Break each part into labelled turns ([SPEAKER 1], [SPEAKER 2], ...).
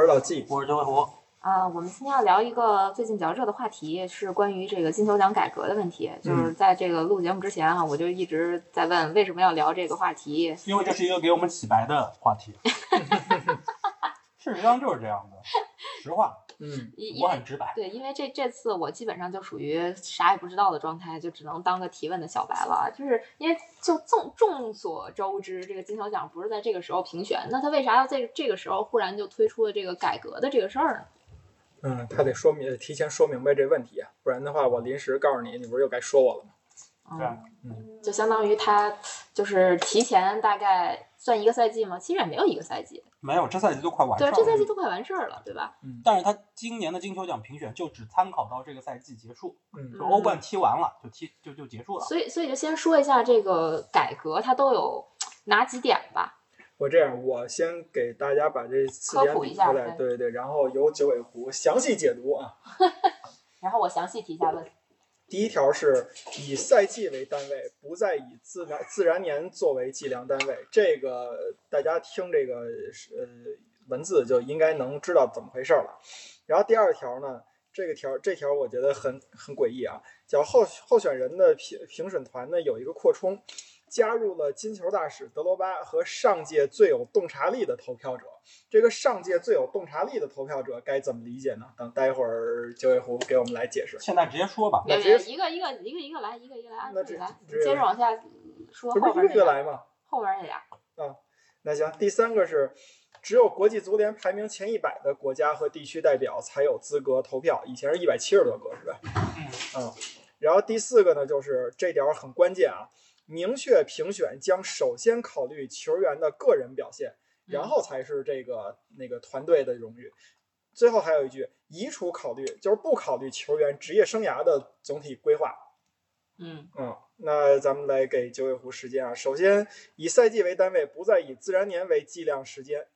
[SPEAKER 1] 是老纪，
[SPEAKER 2] 我是周卫国。
[SPEAKER 3] 啊，我们今天要聊一个最近比较热的话题，是关于这个金球奖改革的问题。就是在这个录节目之前啊，我就一直在问为什么要聊这个话题。
[SPEAKER 2] 因为这是一个给我们洗白的话 题。事实上就是这样的，实话，
[SPEAKER 1] 嗯，
[SPEAKER 3] 因
[SPEAKER 2] 我
[SPEAKER 3] 因为
[SPEAKER 2] 很直白。
[SPEAKER 3] 对，因为这这次我基本上就属于啥也不知道的状态，就只能当个提问的小白了。就是因为就众众所周知，这个金球奖不是在这个时候评选，那他为啥要在这个时候忽然就推出了这个改革的这个事儿呢？
[SPEAKER 1] 嗯，他得说明，提前说明白这问题啊，不然的话，我临时告诉你，你不是又该说我了吗？
[SPEAKER 2] 对
[SPEAKER 3] 嗯，就相当于他就是提前大概算一个赛季吗？其实也没有一个赛季，
[SPEAKER 1] 啊
[SPEAKER 2] 没有，这赛季都快完事
[SPEAKER 3] 对，
[SPEAKER 2] 儿了。
[SPEAKER 3] 这赛季都快完事儿了，对吧？
[SPEAKER 2] 但是他今年的金球奖评选就只参考到这个赛季结束，
[SPEAKER 1] 嗯
[SPEAKER 2] 就欧冠踢完了，就踢就就结束了。
[SPEAKER 3] 所以，所以就先说一下这个改革，它都有哪几点吧？
[SPEAKER 1] 我这样，我先给大家把这四
[SPEAKER 3] 科
[SPEAKER 1] 点
[SPEAKER 3] 普一
[SPEAKER 1] 理
[SPEAKER 3] 下
[SPEAKER 1] 出来，对对，然后由九尾狐详细解读啊。
[SPEAKER 3] 然后我详细提一下问。
[SPEAKER 1] 第一条是以赛季为单位，不再以自然自然年作为计量单位。这个大家听这个呃文字就应该能知道怎么回事了。然后第二条呢，这个条这条我觉得很很诡异啊，叫候候选人的评评审团呢有一个扩充，加入了金球大使德罗巴和上届最有洞察力的投票者。这个上届最有洞察力的投票者该怎么理解呢？等待会儿九尾狐给我们来解释。
[SPEAKER 2] 现在直接说吧，
[SPEAKER 1] 那
[SPEAKER 3] 没
[SPEAKER 1] 直
[SPEAKER 3] 有
[SPEAKER 1] 接
[SPEAKER 3] 一个一个一个一个来，一个一个来，按
[SPEAKER 1] 那
[SPEAKER 3] 顺序
[SPEAKER 1] 直
[SPEAKER 3] 来，
[SPEAKER 1] 直接
[SPEAKER 3] 接着
[SPEAKER 1] 来
[SPEAKER 3] 往下说
[SPEAKER 1] 这不
[SPEAKER 3] 后
[SPEAKER 1] 是
[SPEAKER 3] 边
[SPEAKER 1] 一
[SPEAKER 3] 那
[SPEAKER 1] 个
[SPEAKER 3] 俩，
[SPEAKER 1] 来吗？
[SPEAKER 3] 后边那俩。
[SPEAKER 1] 那行，第三个是，只有国际足联排名前一百的国家和地区代表才有资格投票，以前是一百七十多个，是吧？嗯，然后第四个呢，就是这点儿很关键啊，明确评选将首先考虑球员的个人表现，然后才是这个那个团队的荣誉。最后还有一句，移除考虑，就是不考虑球员职业生涯的总体规划。
[SPEAKER 3] 嗯，
[SPEAKER 1] 嗯，那咱们来给九尾狐时间啊。首先，以赛季为单位，不再以自然年为计量时间，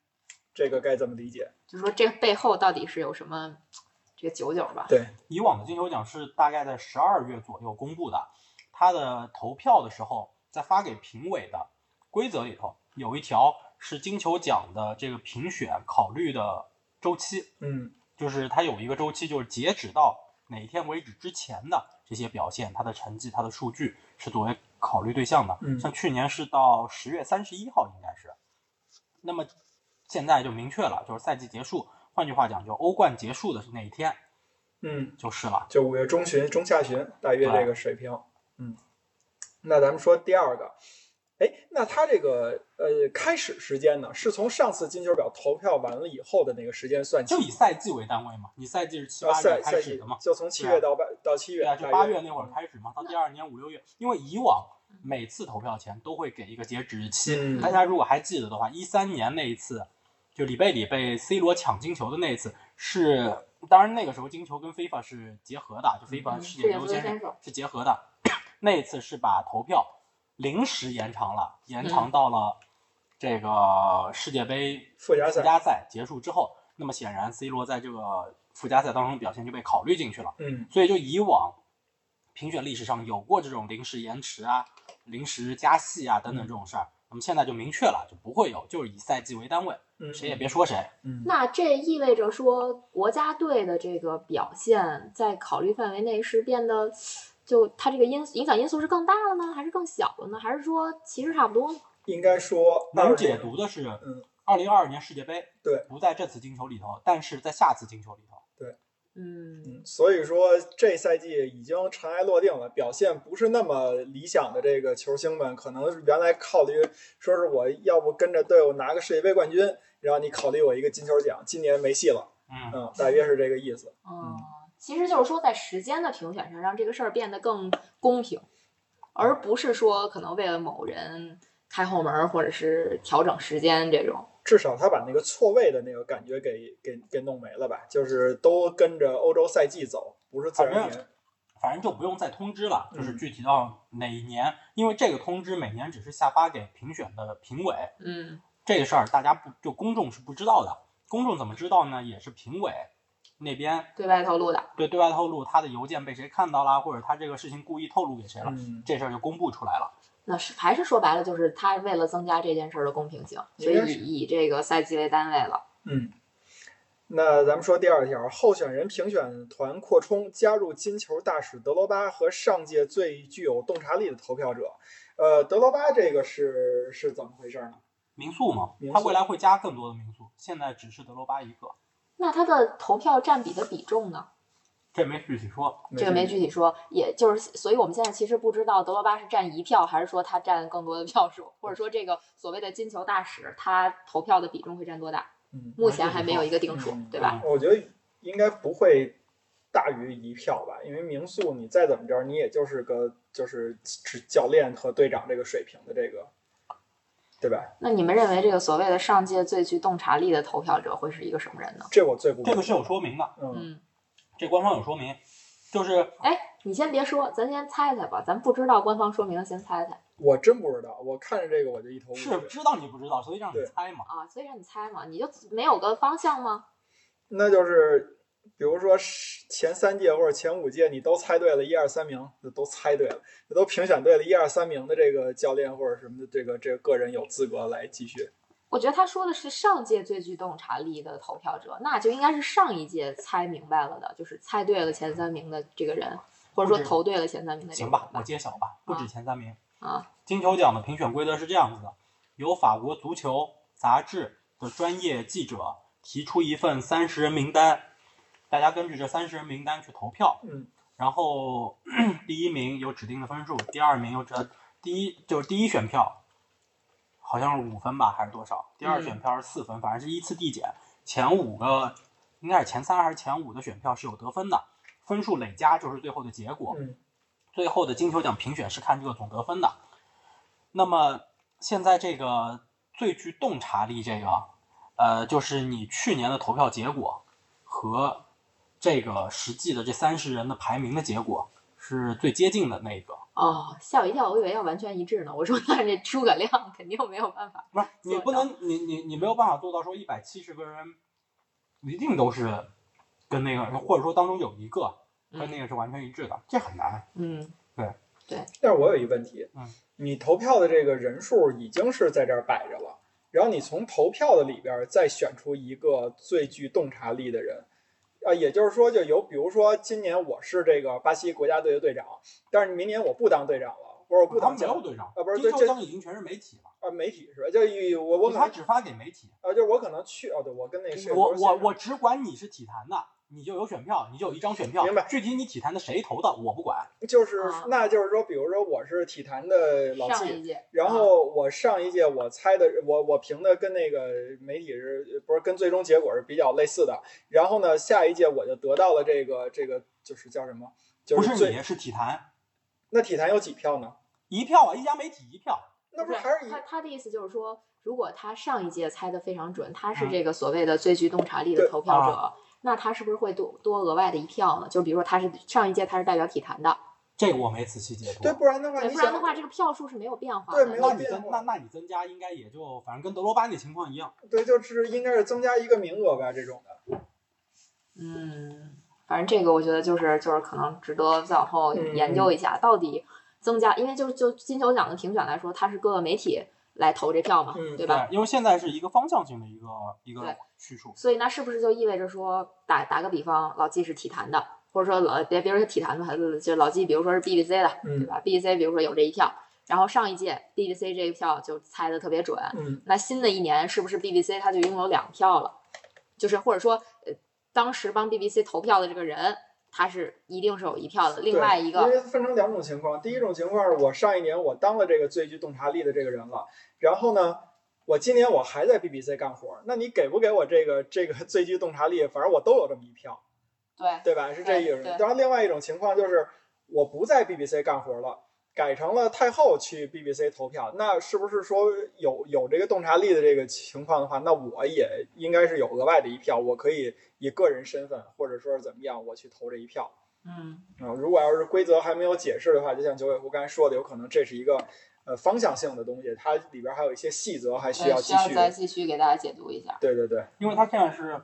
[SPEAKER 1] 这个该怎么理解？
[SPEAKER 3] 就说这个背后到底是有什么这个九九吧？
[SPEAKER 1] 对，
[SPEAKER 2] 以往的金球奖是大概在十二月左右公布的，它的投票的时候，在发给评委的规则里头有一条是金球奖的这个评选考虑的周期，
[SPEAKER 1] 嗯
[SPEAKER 2] 就是它有一个周期，就是截止到哪一天为止之前的这些表现，它的成绩、它的数据是作为考虑对象的。
[SPEAKER 1] 嗯
[SPEAKER 2] 像去年是到十月三十一号，应该是。那么现在就明确了，就是赛季结束，换句话讲，就欧冠结束的是那一天
[SPEAKER 1] 嗯，
[SPEAKER 2] 就是了。
[SPEAKER 1] 就五月中旬、中下旬，大约这个水平。嗯，那咱们说第二个，哎，那它这个呃开始时间呢，是从上次金球表投票完了以后的那个时间算起
[SPEAKER 2] 就，以赛季为单位嘛，你赛季是七
[SPEAKER 1] 啊
[SPEAKER 2] 八
[SPEAKER 1] 赛
[SPEAKER 2] 月
[SPEAKER 1] 赛
[SPEAKER 2] 开始
[SPEAKER 1] 季
[SPEAKER 2] 的嘛，
[SPEAKER 1] 就从七
[SPEAKER 2] 对啊
[SPEAKER 1] 月到八到七月
[SPEAKER 2] 对啊，，
[SPEAKER 1] 大
[SPEAKER 2] 就八月那会儿开始嘛，到第二年五六月，因为以往每次投票前都会给一个截止日期，
[SPEAKER 1] 嗯
[SPEAKER 2] 大家如果还记得的话，一三年那一次，就里贝里被 C 罗抢金球的那一次是，当然那个时候金球跟 FIFA 是结合的，就 FIFA
[SPEAKER 3] 嗯
[SPEAKER 2] 世界
[SPEAKER 3] 世界足
[SPEAKER 2] 足球
[SPEAKER 3] 球
[SPEAKER 2] 先
[SPEAKER 3] 先
[SPEAKER 2] 生
[SPEAKER 3] 生
[SPEAKER 2] 是结合的，那一次是把投票临时延长了，延长
[SPEAKER 3] 嗯
[SPEAKER 2] 到了这个世界杯
[SPEAKER 1] 附加赛
[SPEAKER 2] 附。加赛结束之后，那么显然 C 罗在这个附加赛当中的表现就被考虑进去了。
[SPEAKER 1] 嗯
[SPEAKER 2] 所以就以往评选历史上有过这种临时延迟啊、临时加戏啊等等这种事儿，那么现在就明确了，就不会有，就是以赛季为单位，
[SPEAKER 1] 嗯，
[SPEAKER 2] 谁也别说谁。
[SPEAKER 1] 嗯。
[SPEAKER 3] 那这意味着说，国家队的这个表现在考虑范围内是变得，就它这个因影响因素是更大了呢，还是更小了呢？还是说其实差不多呢？
[SPEAKER 1] 应该说
[SPEAKER 2] 能解读的是
[SPEAKER 1] 嗯，
[SPEAKER 2] 二零二二年世界杯
[SPEAKER 1] 对
[SPEAKER 2] 不在这次金球里头，但是在下次金球里头，
[SPEAKER 3] 嗯，
[SPEAKER 1] 嗯，所以说这赛季已经尘埃落定了，表现不是那么理想的这个球星们，可能是原来考虑说是我要不跟着队伍拿个世界杯冠军，然后你考虑我一个金球奖，今年没戏了，
[SPEAKER 2] 嗯，
[SPEAKER 1] 嗯，大约是这个意思。
[SPEAKER 3] 哦，其实就是说，在时间的评选上，让这个事儿变得更公平，而不是说可能为了某人开后门儿或者是调整时间这种。
[SPEAKER 1] 至少他把那个错位的那个感觉给给给弄没了吧，就是都跟着欧洲赛季走，不是自然
[SPEAKER 2] 反正
[SPEAKER 1] 年。
[SPEAKER 2] 反正就不用再通知了，就是
[SPEAKER 1] 嗯
[SPEAKER 2] 具体到哪一年，因为这个通知每年只是下发给评选的评委，
[SPEAKER 3] 嗯
[SPEAKER 2] 这个事儿大家不就公众是不知道的，公众怎么知道呢？也是评委那边
[SPEAKER 3] 对外透露的。
[SPEAKER 2] 对对外透露他的邮件被谁看到啦，或者他这个事情故意透露给谁了，
[SPEAKER 1] 嗯，
[SPEAKER 2] 这事儿就公布出来了。
[SPEAKER 3] 那是还是说白了，就是他为了增加这件事儿的公平性，所
[SPEAKER 1] 应该
[SPEAKER 3] 以
[SPEAKER 1] 是
[SPEAKER 3] 以以这个赛季为单位了。
[SPEAKER 1] 嗯，那咱们说第二条，候选人评选团扩充，加入金球大使德罗巴和上届最具有洞察力的投票者。呃，德罗巴这个是是怎么回事呢？
[SPEAKER 2] 民宿嘛
[SPEAKER 1] 民，
[SPEAKER 2] 他
[SPEAKER 1] 宿
[SPEAKER 2] 未来会加更多的民宿，现在只是德罗巴一个，
[SPEAKER 3] 那他的投票占比的比重呢？
[SPEAKER 2] 这没具体说。
[SPEAKER 3] 这个没具体说，也就是，所以我们现在其实不知道德罗巴是占一票，还是说他占更多的票数，或者说这个所谓的金球大使，他投票的比重会占多大？
[SPEAKER 1] 嗯，
[SPEAKER 3] 目前还没有一个定数
[SPEAKER 1] 嗯，
[SPEAKER 3] 对吧？
[SPEAKER 1] 我觉得应该不会大于一票吧，因为名宿你再怎么着，你也就是个就是只教练和队长这个水平的这个，对吧？
[SPEAKER 3] 那你们认为这个所谓的上届最具洞察力的投票者会是一个什么人呢？
[SPEAKER 1] 这我最不
[SPEAKER 2] 这个是有说明的，
[SPEAKER 1] 嗯
[SPEAKER 3] 嗯，
[SPEAKER 2] 这官方有说明，就是
[SPEAKER 3] 哎，你先别说，咱先猜猜吧，咱不知道官方说明，先猜猜
[SPEAKER 1] 我真不知道，我看着这个我就一头雾水
[SPEAKER 2] 是。知道你不知道，所以让你
[SPEAKER 1] 哦对
[SPEAKER 2] 猜嘛。
[SPEAKER 3] 啊。所以让你猜嘛，你就没有个方向吗？
[SPEAKER 1] 那就是比如说是前三届或者前五届你都猜对了，一二三名就都猜对了，就都评选对了一二三名的这个教练或者什么的这个这个个人有资格来继续。
[SPEAKER 3] 我觉得他说的是上届最具洞察力的投票者，那就应该是上一届猜明白了的，就是猜对了前三名的这个人，或者说投对了前三名的这
[SPEAKER 2] 行
[SPEAKER 3] 个人
[SPEAKER 2] 吧，我揭晓吧，不
[SPEAKER 3] 啊
[SPEAKER 2] 止前三名。
[SPEAKER 3] 啊，
[SPEAKER 2] 金球奖的评选规则是这样子的：由法国足球杂志的专业记者提出一份三十人名单，大家根据这三十人名单去投票。
[SPEAKER 1] 嗯，
[SPEAKER 2] 然后 第一名有指定的分数，第二名有这第一就是第一选票，好像是五分吧，还是多少？第二
[SPEAKER 3] 嗯
[SPEAKER 2] 选票是四分，反正是依次递减。前五个应该是前三还是前五的选票是有得分的，分数累加就是最后的结果。
[SPEAKER 1] 嗯
[SPEAKER 2] 最后的金球奖评选是看这个总得分的。那么现在这个最具洞察力这个，呃，就是你去年的投票结果和这个实际的这三十人的排名的结果是最接近的那个。
[SPEAKER 3] 哦，吓我一跳，我以为要完全一致呢。我说那这诸葛亮 肯定没有办法。
[SPEAKER 2] 不是你
[SPEAKER 3] 做
[SPEAKER 2] 不
[SPEAKER 3] 到
[SPEAKER 2] 能，你你你没有办法做到说一百七十个人一定都是跟那个，或者说当中有一个跟那
[SPEAKER 3] 嗯
[SPEAKER 2] 个是完全一致的，这很难。
[SPEAKER 3] 嗯，
[SPEAKER 1] 但是我有一问题，
[SPEAKER 2] 嗯，
[SPEAKER 1] 你投票的这个人数已经是在这儿摆着了，然后你从投票的里边儿再选出一个最具洞察力的人，啊，也就是说，就有比如说今年我是这个巴西国家队的队长，但是明年我不当队长了，或者我不
[SPEAKER 2] 他
[SPEAKER 1] 当
[SPEAKER 2] 们没
[SPEAKER 1] 教
[SPEAKER 2] 有
[SPEAKER 1] 练
[SPEAKER 2] 队长
[SPEAKER 1] 啊不是
[SPEAKER 2] 金
[SPEAKER 1] 对
[SPEAKER 2] 球
[SPEAKER 1] 这
[SPEAKER 2] 奖已经全是媒体了，
[SPEAKER 1] 啊，媒体是吧？就以我我可
[SPEAKER 2] 他
[SPEAKER 1] 能
[SPEAKER 2] 只发给媒体。
[SPEAKER 1] 啊，就是我可能去哦，对我跟那谁
[SPEAKER 2] 我
[SPEAKER 1] 不是
[SPEAKER 2] 我
[SPEAKER 1] 谁
[SPEAKER 2] 我只管你是体坛的，你就有选票，你就有一张选票。
[SPEAKER 1] 明白
[SPEAKER 2] 具体你体坛的谁投的，我不管。
[SPEAKER 1] 就是、
[SPEAKER 3] 啊
[SPEAKER 1] 那就是说，比如说我是体坛的老
[SPEAKER 3] 上
[SPEAKER 1] 季，
[SPEAKER 3] 一啊届，嗯
[SPEAKER 1] 然后我上一届我猜的，我我评的跟那个媒体是不是跟最终结果是比较类似的？然后呢，下一届我就得到了这个这个就是叫什么？就
[SPEAKER 2] 不是
[SPEAKER 1] 最
[SPEAKER 2] 你，是体坛
[SPEAKER 1] 那体坛有几票呢？一
[SPEAKER 2] 一票啊，一家媒体一票。
[SPEAKER 1] 那
[SPEAKER 3] 不
[SPEAKER 1] 不还是一
[SPEAKER 3] 他他的意思就是说，如果他上一届猜的非常准，他是
[SPEAKER 2] 嗯
[SPEAKER 3] 这个所谓的最具洞察力的
[SPEAKER 1] 对啊
[SPEAKER 3] 投票者，那他是不是会多多额外的一票呢？就比如说他是上一届他是代表体坛的，
[SPEAKER 2] 这个我没仔细解读。
[SPEAKER 1] 对，不然的话，
[SPEAKER 3] 对，
[SPEAKER 1] 你
[SPEAKER 3] 不然
[SPEAKER 1] 想
[SPEAKER 3] 的话，这个票数是没有变化
[SPEAKER 1] 对
[SPEAKER 3] 的。
[SPEAKER 1] 没有
[SPEAKER 2] 那你
[SPEAKER 1] 变
[SPEAKER 2] 增
[SPEAKER 1] 过
[SPEAKER 2] 那那你增加应该也就反正跟德罗巴那情况一样。
[SPEAKER 1] 对，就是应该是增加一个名额吧，这种的。
[SPEAKER 3] 嗯，反正这个我觉得就是就是可能值得再往后
[SPEAKER 1] 嗯
[SPEAKER 3] 研究一下，到底增加，因为就就金球奖的评选来说，它是各个媒体来投这票嘛，
[SPEAKER 1] 嗯
[SPEAKER 3] 对吧？
[SPEAKER 2] 哎因为现在是一个方向性的一个一
[SPEAKER 3] 对
[SPEAKER 2] 个叙述。
[SPEAKER 3] 所以那是不是就意味着说，打打个比方，老纪是体坛的，或者说老别别说体坛吧，就老纪，比如说是 BBC 的，对
[SPEAKER 1] 嗯
[SPEAKER 3] 吧？BBC 比如说有这一票，然后上一届 BBC 这一票就猜的特别准，
[SPEAKER 1] 嗯，
[SPEAKER 3] 那新的一年是不是 BBC 他就拥有两票了？就是或者说，呃，当时帮 BBC 投票的这个人，他是一定是有一票的。另
[SPEAKER 1] 对
[SPEAKER 3] 外一
[SPEAKER 1] 因
[SPEAKER 3] 个，
[SPEAKER 1] 为分成两种情况，第一种情况是我上一年我当了这个最具洞察力的这个人了，然后呢，我今年我还在 BBC 干活，那你给不给我这个这个 最具洞察力？反正我都有这么一票。
[SPEAKER 3] 对，
[SPEAKER 1] 对吧？是这
[SPEAKER 3] 对
[SPEAKER 1] 一种
[SPEAKER 3] 对。
[SPEAKER 1] 当然，另外一种情况就是我不在 BBC 干活了，改成了太后去 BBC 投票，那是不是说有有这个洞察力的这个情况的话，那我也应该是有额外的一票，我可以以个人身份或者说是怎么样，我去投这一票。
[SPEAKER 3] 嗯，
[SPEAKER 1] 啊、如果要是规则还没有解释的话，就像九尾狐刚才说的，有可能这是一个呃方向性的东西，它里边还有一些细则还需要
[SPEAKER 3] 对
[SPEAKER 1] 继
[SPEAKER 3] 呃
[SPEAKER 1] 续。
[SPEAKER 3] 再继续给大家解读一下。
[SPEAKER 1] 对对对，
[SPEAKER 2] 因为它现在是，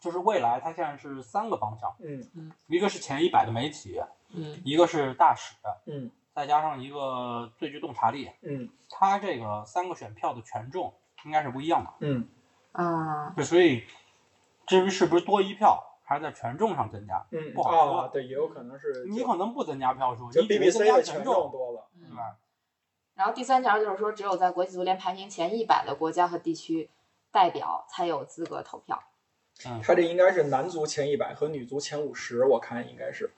[SPEAKER 2] 就是未来它现在是三个方向，
[SPEAKER 1] 嗯
[SPEAKER 2] 一个是前一百的媒体，
[SPEAKER 3] 嗯
[SPEAKER 2] 一个是大使，
[SPEAKER 1] 嗯
[SPEAKER 2] 再加上一个最具洞察力，
[SPEAKER 1] 嗯
[SPEAKER 2] 它这个三个选票的权重应该是不一样的。
[SPEAKER 1] 嗯
[SPEAKER 3] 啊，
[SPEAKER 2] 对，所以至于是不是多一票，还是在权重上增加，
[SPEAKER 1] 嗯
[SPEAKER 2] 不好说
[SPEAKER 1] 啊，对，也有可能是
[SPEAKER 2] 你
[SPEAKER 1] 就
[SPEAKER 2] 可能不增加票数，
[SPEAKER 1] 就
[SPEAKER 2] 你只是
[SPEAKER 1] BBC
[SPEAKER 2] 增加
[SPEAKER 1] 的权
[SPEAKER 2] 权
[SPEAKER 1] 重
[SPEAKER 2] 重，
[SPEAKER 1] 多了，
[SPEAKER 2] 对吧？
[SPEAKER 3] 然后第三条就是说，只有在国际足联排名前一百的国家和地区代表才有资格投票。
[SPEAKER 2] 嗯，
[SPEAKER 1] 他这应该是男足前一百和女足前五十，我看应该是。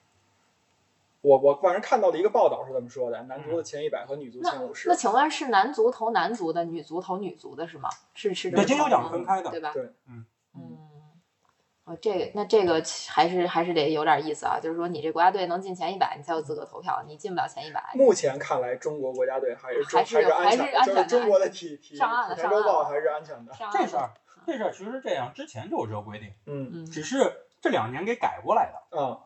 [SPEAKER 1] 我我反正看到的一个报道是这么说的，男
[SPEAKER 2] 嗯
[SPEAKER 1] 足的前一百和女足前五十
[SPEAKER 3] 那。请问是男足投男足的，女足投女足的是吗？是是这
[SPEAKER 2] 对
[SPEAKER 3] 么
[SPEAKER 2] 金球
[SPEAKER 3] 说
[SPEAKER 2] 奖
[SPEAKER 3] 吗
[SPEAKER 2] 分开的
[SPEAKER 3] 对吧？
[SPEAKER 1] 对
[SPEAKER 2] 嗯
[SPEAKER 3] 嗯。哦，这个那这个还是还是得有点意思啊，就是说你这国家队能进前一百，你才有资格投票，你进不了前一百，
[SPEAKER 1] 目前看来，中国国家队还是中
[SPEAKER 3] 还是
[SPEAKER 1] 是安全
[SPEAKER 3] 还是安全
[SPEAKER 1] 就
[SPEAKER 3] 的
[SPEAKER 1] 是中国的体体体
[SPEAKER 3] 上岸了
[SPEAKER 1] 坛周
[SPEAKER 3] 上岸
[SPEAKER 1] 报
[SPEAKER 3] 了
[SPEAKER 1] 还是安全的。
[SPEAKER 3] 上
[SPEAKER 2] 这
[SPEAKER 3] 岸
[SPEAKER 2] 事儿
[SPEAKER 3] 了
[SPEAKER 2] 这事儿其实是这样，之前就有这个规定，
[SPEAKER 1] 嗯
[SPEAKER 3] 嗯
[SPEAKER 2] 只是这两年给改过来的。
[SPEAKER 1] 啊，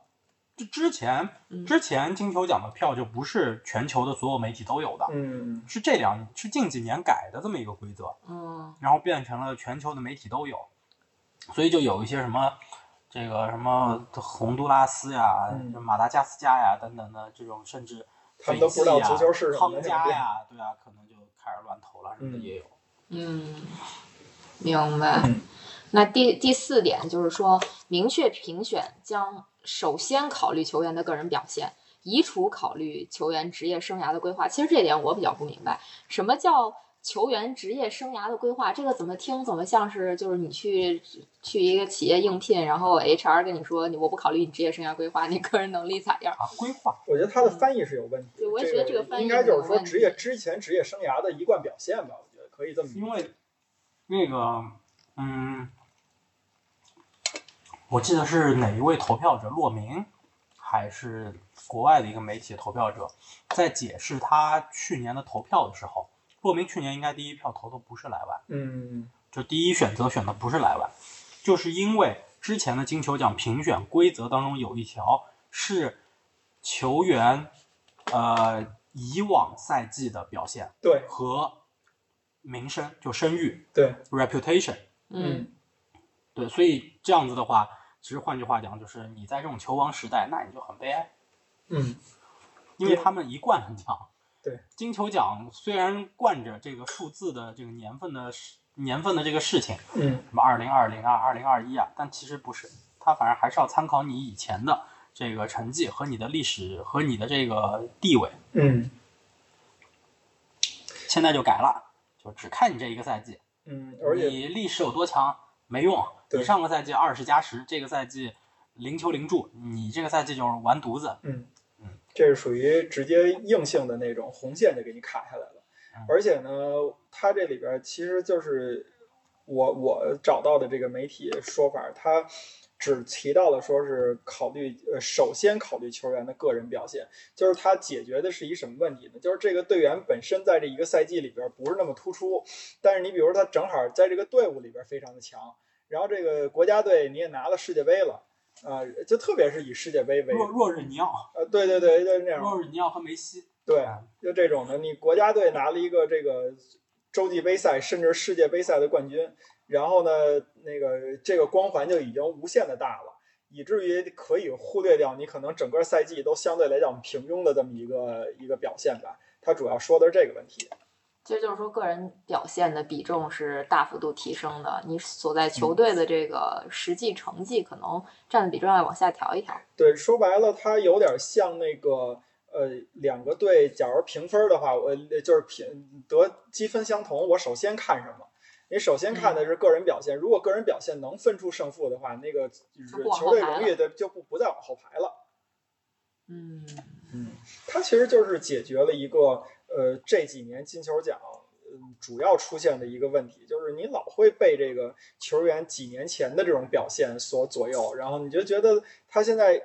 [SPEAKER 2] 就之前
[SPEAKER 3] 嗯
[SPEAKER 2] 之前金球奖的票就不是全球的所有媒体都有的，
[SPEAKER 1] 嗯
[SPEAKER 2] 是这两是近几年改的这么一个规则，
[SPEAKER 3] 嗯
[SPEAKER 2] 然后变成了全球的媒体都有，所以就有一些什么这个什么洪都拉斯呀、
[SPEAKER 1] 嗯
[SPEAKER 2] 马达加斯加呀等等的这种，甚至
[SPEAKER 1] 他们都不知道
[SPEAKER 2] 斐济呀
[SPEAKER 1] 足球是什么
[SPEAKER 2] 汤加呀，对啊，可能就开始乱投了什么的
[SPEAKER 1] 嗯
[SPEAKER 2] 也有。
[SPEAKER 3] 嗯，明白。
[SPEAKER 1] 嗯
[SPEAKER 3] 那第第四点就是说，明确评选将首先考虑球员的个人表现，移除考虑球员职业生涯的规划。其实这点我比较不明白，什么叫球员职业生涯的规划？这个怎么听怎么像是就是你去去一个企业应聘，然后 HR 跟你说你我不考虑你职业生涯规划，你个人能力咋样？
[SPEAKER 2] 啊，规划
[SPEAKER 1] 我觉得他的翻译是有问题
[SPEAKER 3] 对
[SPEAKER 1] 的。
[SPEAKER 3] 嗯我也觉得这个翻译
[SPEAKER 1] 应该就是
[SPEAKER 3] 有
[SPEAKER 1] 说
[SPEAKER 3] 问题
[SPEAKER 1] 职业之前职业生涯的一贯表现吧，我觉得可以这么理解。
[SPEAKER 2] 因为那个，嗯，我记得是哪一位投票者骆明，还是国外的一个媒体投票者，在解释他去年的投票的时候，骆明去年应该第一票投的不是莱万，
[SPEAKER 1] 嗯
[SPEAKER 2] 就第一选择选的不是莱万，就是因为之前的金球奖评选规则当中有一条是球员，呃，以往赛季的表现。
[SPEAKER 1] 对
[SPEAKER 2] 和名声，就声誉
[SPEAKER 1] 对，
[SPEAKER 2] （reputation）。
[SPEAKER 3] 嗯，
[SPEAKER 2] 对，所以这样子的话，其实换句话讲，就是你在这种球王时代，那你就很悲哀，
[SPEAKER 1] 嗯
[SPEAKER 2] 因为他们一贯很强。
[SPEAKER 1] 对，
[SPEAKER 2] 金球奖虽然惯着这个数字的这个年份的事年份的这个事情，
[SPEAKER 1] 嗯
[SPEAKER 2] 什么二零二零啊、二零二一啊，但其实不是，它反而还是要参考你以前的这个成绩和你的历史和你的这个地位。
[SPEAKER 1] 嗯
[SPEAKER 2] 现在就改了，就只看你这一个赛季。
[SPEAKER 1] 嗯，而且
[SPEAKER 2] 你历史有多强没用，
[SPEAKER 1] 对
[SPEAKER 2] 你上个赛季二十加十，这个赛季零球零助，你这个赛季就是完犊子。
[SPEAKER 1] 嗯
[SPEAKER 2] 嗯，
[SPEAKER 1] 这是属于直接硬性的那种红线就给你卡下来了
[SPEAKER 2] 嗯。
[SPEAKER 1] 而且呢，它这里边儿其实就是我我找到的这个媒体说法，它只提到了说是考虑呃，首先考虑球员的个人表现，就是它解决的是一什么问题呢？就是这个队员本身在这一个赛季里边儿不是那么突出，但是你比如说他正好在这个队伍里边儿非常的强，然后这个国家队你也拿了世界杯了。啊、就特别是以世界杯为
[SPEAKER 2] 若若日尼奥，
[SPEAKER 1] 呃，对对对，就是那样，
[SPEAKER 2] 若日尼奥和梅西，
[SPEAKER 1] 对，
[SPEAKER 2] 啊
[SPEAKER 1] 就这种的。你国家队拿了一个这个洲际杯赛，甚至世界杯赛的冠军，然后呢，那个这个光环就已经无限的大了，以至于可以忽略掉你可能整个赛季都相对来讲平庸的这么一个一个表现吧。他主要说的是这个问题。
[SPEAKER 3] 其实就是说，个人表现的比重是大幅度提升的，你所在球队的这个实际成绩可能占的比重要往下调一调。
[SPEAKER 1] 对，说白了，它有点像那个呃，两个队假如平分的话，我呃就是平得积分相同，我首先看什么？你首先
[SPEAKER 3] 嗯
[SPEAKER 1] 看的是个人表现，如果个人表现能分出胜负的话，那个就是
[SPEAKER 3] 不往后
[SPEAKER 1] 球队
[SPEAKER 3] 排
[SPEAKER 1] 荣誉对就不不再往后排了。
[SPEAKER 3] 嗯
[SPEAKER 1] 嗯，它其实就是解决了一个呃这几年金球奖嗯主要出现的一个问题，就是你老会被这个球员几年前的这种表现所左右，然后你就觉得他现在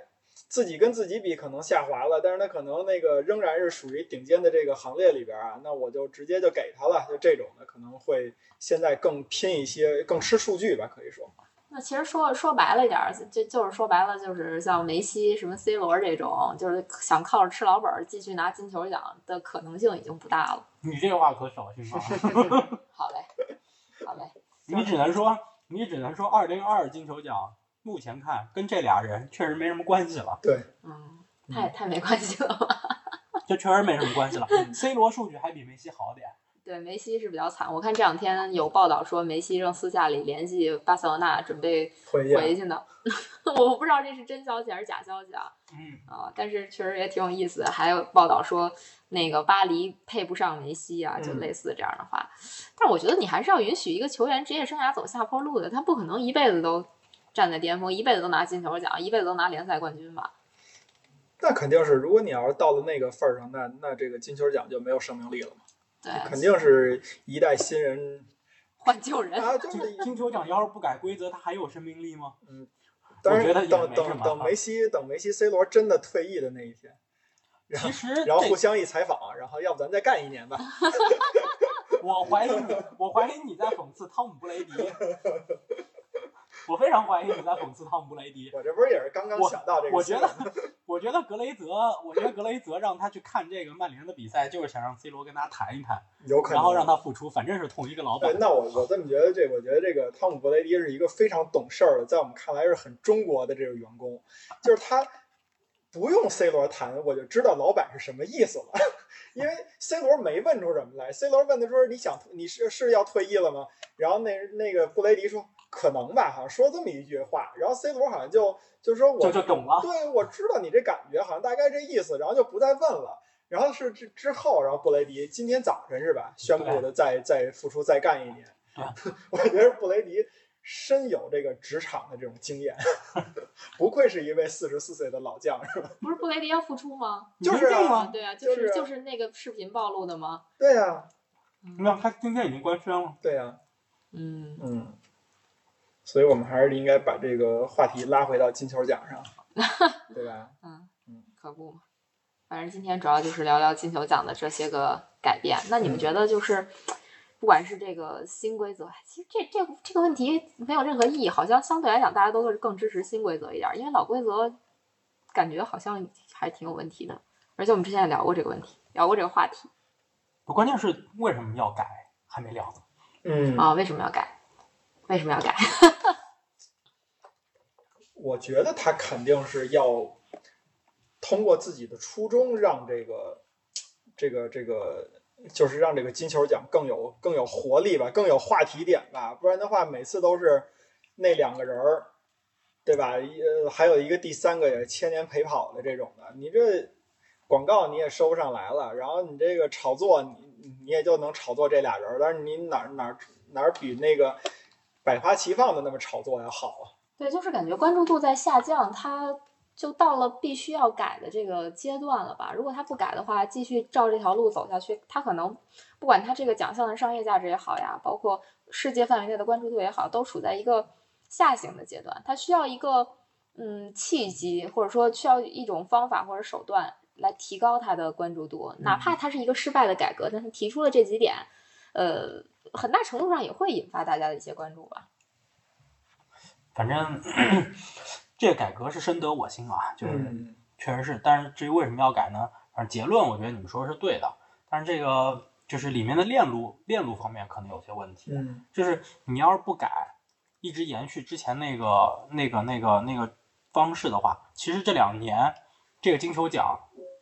[SPEAKER 1] 自己跟自己比可能下滑了，但是他可能那个仍然是属于顶尖的这个行列里边啊，那我就直接就给他了，就这种的可能会现在更拼一些，更吃数据吧，可以说，
[SPEAKER 3] 那其实说说白了一点儿，就就是说白了，就是像梅西、什么 C 罗这种，就是想靠着吃老本儿继续拿金球奖的可能性已经不大了。
[SPEAKER 2] 你这话可小心啊！
[SPEAKER 3] 好嘞，好嘞，
[SPEAKER 2] 你只能说，你只能说，二零二二金球奖目前看跟这俩人确实没什么关系了，
[SPEAKER 3] 嗯，太太没关系了吧？
[SPEAKER 2] 这确实没什么关系了。C 罗数据还比梅西好点，
[SPEAKER 3] 对梅西是比较惨。我看这两天有报道说梅西正私下里联系巴塞罗那准备
[SPEAKER 1] 回去啊
[SPEAKER 3] 回去呢， 我不知道这是真消息还是假消息啊
[SPEAKER 2] 嗯，
[SPEAKER 3] 啊！但是确实也挺有意思的。还有报道说那个巴黎配不上梅西啊，就
[SPEAKER 1] 嗯
[SPEAKER 3] 类似这样的话。但我觉得你还是要允许一个球员职业生涯走下坡路的，他不可能一辈子都站在巅峰，一辈子都拿金球奖，一辈子都拿联赛冠军吧？
[SPEAKER 1] 那肯定是，如果你要是到了那个份儿上，那那这个金球奖就没有生命力了嘛，
[SPEAKER 3] 对，
[SPEAKER 1] 肯定是一代新人
[SPEAKER 3] 换旧人。
[SPEAKER 1] 啊， 就是
[SPEAKER 2] 金金球奖要是不改规则，它还有生命力吗？
[SPEAKER 1] 当
[SPEAKER 2] 我觉
[SPEAKER 1] 然
[SPEAKER 2] 得也
[SPEAKER 1] 等
[SPEAKER 2] 没什
[SPEAKER 1] 等
[SPEAKER 2] 么
[SPEAKER 1] 等
[SPEAKER 2] 哈
[SPEAKER 1] 梅西等梅西 C 罗真的退役的那一天，然后
[SPEAKER 2] 其实
[SPEAKER 1] 然后
[SPEAKER 2] 这
[SPEAKER 1] 互相一采访，然后要不咱再干一年吧？
[SPEAKER 2] 我怀疑你，我怀疑你在讽刺汤姆布雷迪，我非常怀疑你在讽刺汤姆布雷迪。
[SPEAKER 1] 我这不是也是刚刚想到这个
[SPEAKER 2] 我
[SPEAKER 1] 新
[SPEAKER 2] 觉
[SPEAKER 1] 闻
[SPEAKER 2] 得
[SPEAKER 1] 吗？，
[SPEAKER 2] 我觉得格雷泽，我觉得格雷泽让他去看这个曼联的比赛，就是想让 C 罗跟他谈一谈，
[SPEAKER 1] 有可能，
[SPEAKER 2] 然后让他复出，反正是同一个老
[SPEAKER 1] 哎
[SPEAKER 2] 板，。
[SPEAKER 1] 那我我这么觉得这，我觉得这个汤姆布雷迪是一个非常懂事儿的，在我们看来是很中国的这个员工，就是他不用 C 罗谈，我就知道老板是什么意思了。 因为 C 罗没问出什么来，C 罗问他说：“你想你是是要退役了吗？”然后那那个布雷迪说：“可能吧，好像说这么一句话。”然后 C 罗好像就就说我
[SPEAKER 2] 就就懂了。
[SPEAKER 1] 对，我知道你这感觉，好像大概这意思，然后就不再问了。然后是之之后，然后布雷迪今天早晨是吧，宣布的再再复出再干一年
[SPEAKER 2] 对。
[SPEAKER 1] 我觉得布雷迪深有这个职场的这种经验， 不愧是一位四十四岁的老将，是吧？
[SPEAKER 3] 不是布雷迪要复出吗？
[SPEAKER 1] 就是
[SPEAKER 2] 这
[SPEAKER 1] 啊
[SPEAKER 2] 吗
[SPEAKER 3] 啊，？对啊，就是
[SPEAKER 1] 就是
[SPEAKER 3] 就是那个视频暴露的吗？
[SPEAKER 1] 对呀、啊，
[SPEAKER 2] 你看他今天已经官宣了。
[SPEAKER 1] 对呀、啊，
[SPEAKER 3] 嗯，
[SPEAKER 1] 嗯。所以我们还是应该把这个话题拉回到金球奖上，对吧？
[SPEAKER 3] 可不嘛。反正今天主要就是聊聊金球奖的这些个改变。那你们觉得就是，不管是这个新规则，其实这这个这个问题没有任何意义，好像相对来讲大家都是更支持新规则一点，因为老规则感觉好像还挺有问题的。而且我们之前也聊过这个问题，聊过这个话题
[SPEAKER 2] 我关键是为什么要改，还没聊呢。
[SPEAKER 1] 嗯
[SPEAKER 3] 啊，为什么要改？为什么要改？
[SPEAKER 1] 我觉得他肯定是要通过自己的初衷，让这个这个这个，就是让这个金球奖更有更有活力吧，更有话题点吧。不然的话，每次都是那两个人儿，对吧？呃，还有一个第三个也是千年陪跑的这种的，你这广告你也收不上来了，然后你这个炒作你你也就能炒作这俩人儿，但是你哪儿哪儿哪儿比那个百花齐放的那么炒作要好啊？
[SPEAKER 3] 对，就是感觉关注度在下降，它就到了必须要改的这个阶段了吧？如果它不改的话，继续照这条路走下去，它可能不管它这个奖项的商业价值也好呀，包括世界范围内的关注度也好，都处在一个下行的阶段，它需要一个嗯契机，或者说需要一种方法或者手段来提高它的关注度，哪怕它是一个失败的改革，但是提出了这几点，呃，很大程度上也会引发大家的一些关注吧。
[SPEAKER 2] 反正 这个改革是深得我心啊，就是
[SPEAKER 1] 嗯
[SPEAKER 2] 确实是。但是至于为什么要改呢？反正结论我觉得你们说的是对的，但是这个就是里面的链路链路方面可能有些问题。
[SPEAKER 1] 嗯
[SPEAKER 2] 就是你要是不改，一直延续之前那个那个那个那个方式的话，其实这两年这个金球奖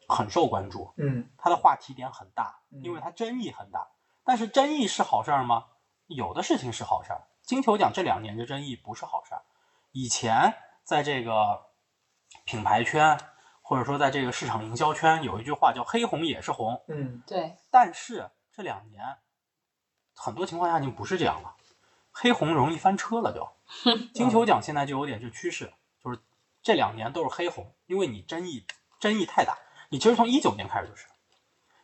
[SPEAKER 2] 很受关注，
[SPEAKER 1] 嗯
[SPEAKER 2] 它的话题点很大，
[SPEAKER 1] 嗯
[SPEAKER 2] 因为它争议很大。但是争议是好事儿吗？有的事情是好事儿。金球奖这两年的争议不是好事儿。以前在这个品牌圈，或者说在这个市场营销圈，有一句话叫“黑红也是红”，
[SPEAKER 1] 嗯
[SPEAKER 3] 对，
[SPEAKER 2] 但是这两年，很多情况下已经不是这样了，黑红容易翻车了就。金球奖现在就有点这趋势，就是这两年都是黑红，因为你争议争议太大。你其实从一九年开始就是，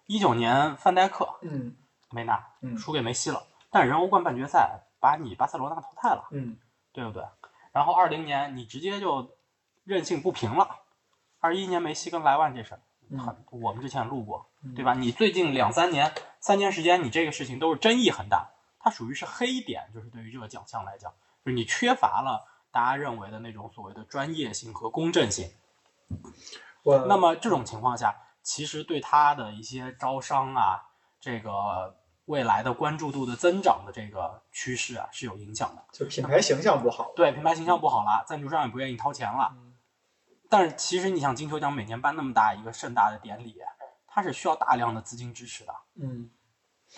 [SPEAKER 2] 一九年范戴克
[SPEAKER 1] 嗯
[SPEAKER 2] 没拿，
[SPEAKER 1] 嗯
[SPEAKER 2] 输给梅西了，但人欧冠半决赛把你巴塞罗那淘汰了，
[SPEAKER 1] 嗯
[SPEAKER 2] 对不对？然后二零年你直接就任性不平了，二一年梅西跟莱万这事儿，
[SPEAKER 1] 嗯，
[SPEAKER 2] 很我们之前录过，
[SPEAKER 1] 嗯
[SPEAKER 2] 对？吧？你最近两三年、三年时间，你这个事情都是争议很大，它属于是黑点，就是对于这个奖项来讲，就是你缺乏了大家认为的那种所谓的专业性和公正性。
[SPEAKER 1] 我
[SPEAKER 2] 那么这种情况下，其实对他的一些招商啊，这个未来的关注度的增长的这个趋势啊，是有影响的。
[SPEAKER 1] 就品牌形象不好。
[SPEAKER 2] 对，品牌形象不好了，赞助商也不愿意掏钱了。
[SPEAKER 1] 嗯
[SPEAKER 2] 但是其实你想，金球奖每年办那么大一个盛大的典礼，它是需要大量的资金支持的。
[SPEAKER 1] 嗯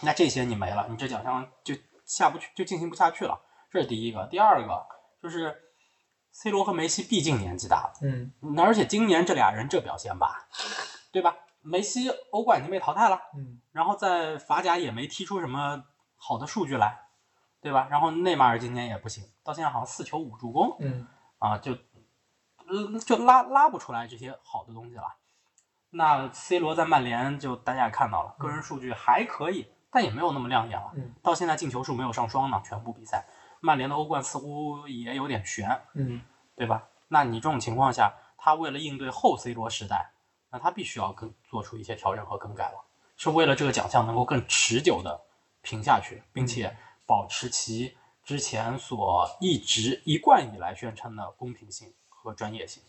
[SPEAKER 2] 那这些你没了，你这奖项就下不去，就进行不下去了。这是第一个，第二个就是 C 罗和梅西毕竟年纪大了，
[SPEAKER 1] 嗯
[SPEAKER 2] 那而且今年这俩人这表现吧，对吧？梅西欧冠已经被淘汰了，
[SPEAKER 1] 嗯
[SPEAKER 2] 然后在法甲也没踢出什么好的数据来，对吧？然后内马尔今年也不行，到现在好像四球五助攻，
[SPEAKER 1] 嗯
[SPEAKER 2] 啊，就呃就拉拉不出来这些好的东西了。那 C 罗在曼联就大家也看到了，个人数据还可以，但也没有那么亮眼了。
[SPEAKER 1] 嗯
[SPEAKER 2] 到现在进球数没有上双呢，全部比赛。曼联的欧冠似乎也有点悬，
[SPEAKER 1] 嗯
[SPEAKER 2] 对吧？那你这种情况下，他为了应对后 C 罗时代，那他必须要更做出一些调整和更改了，是为了这个奖项能够更持久的评下去，并且保持其之前所一直一贯以来宣称的公平性和专业性。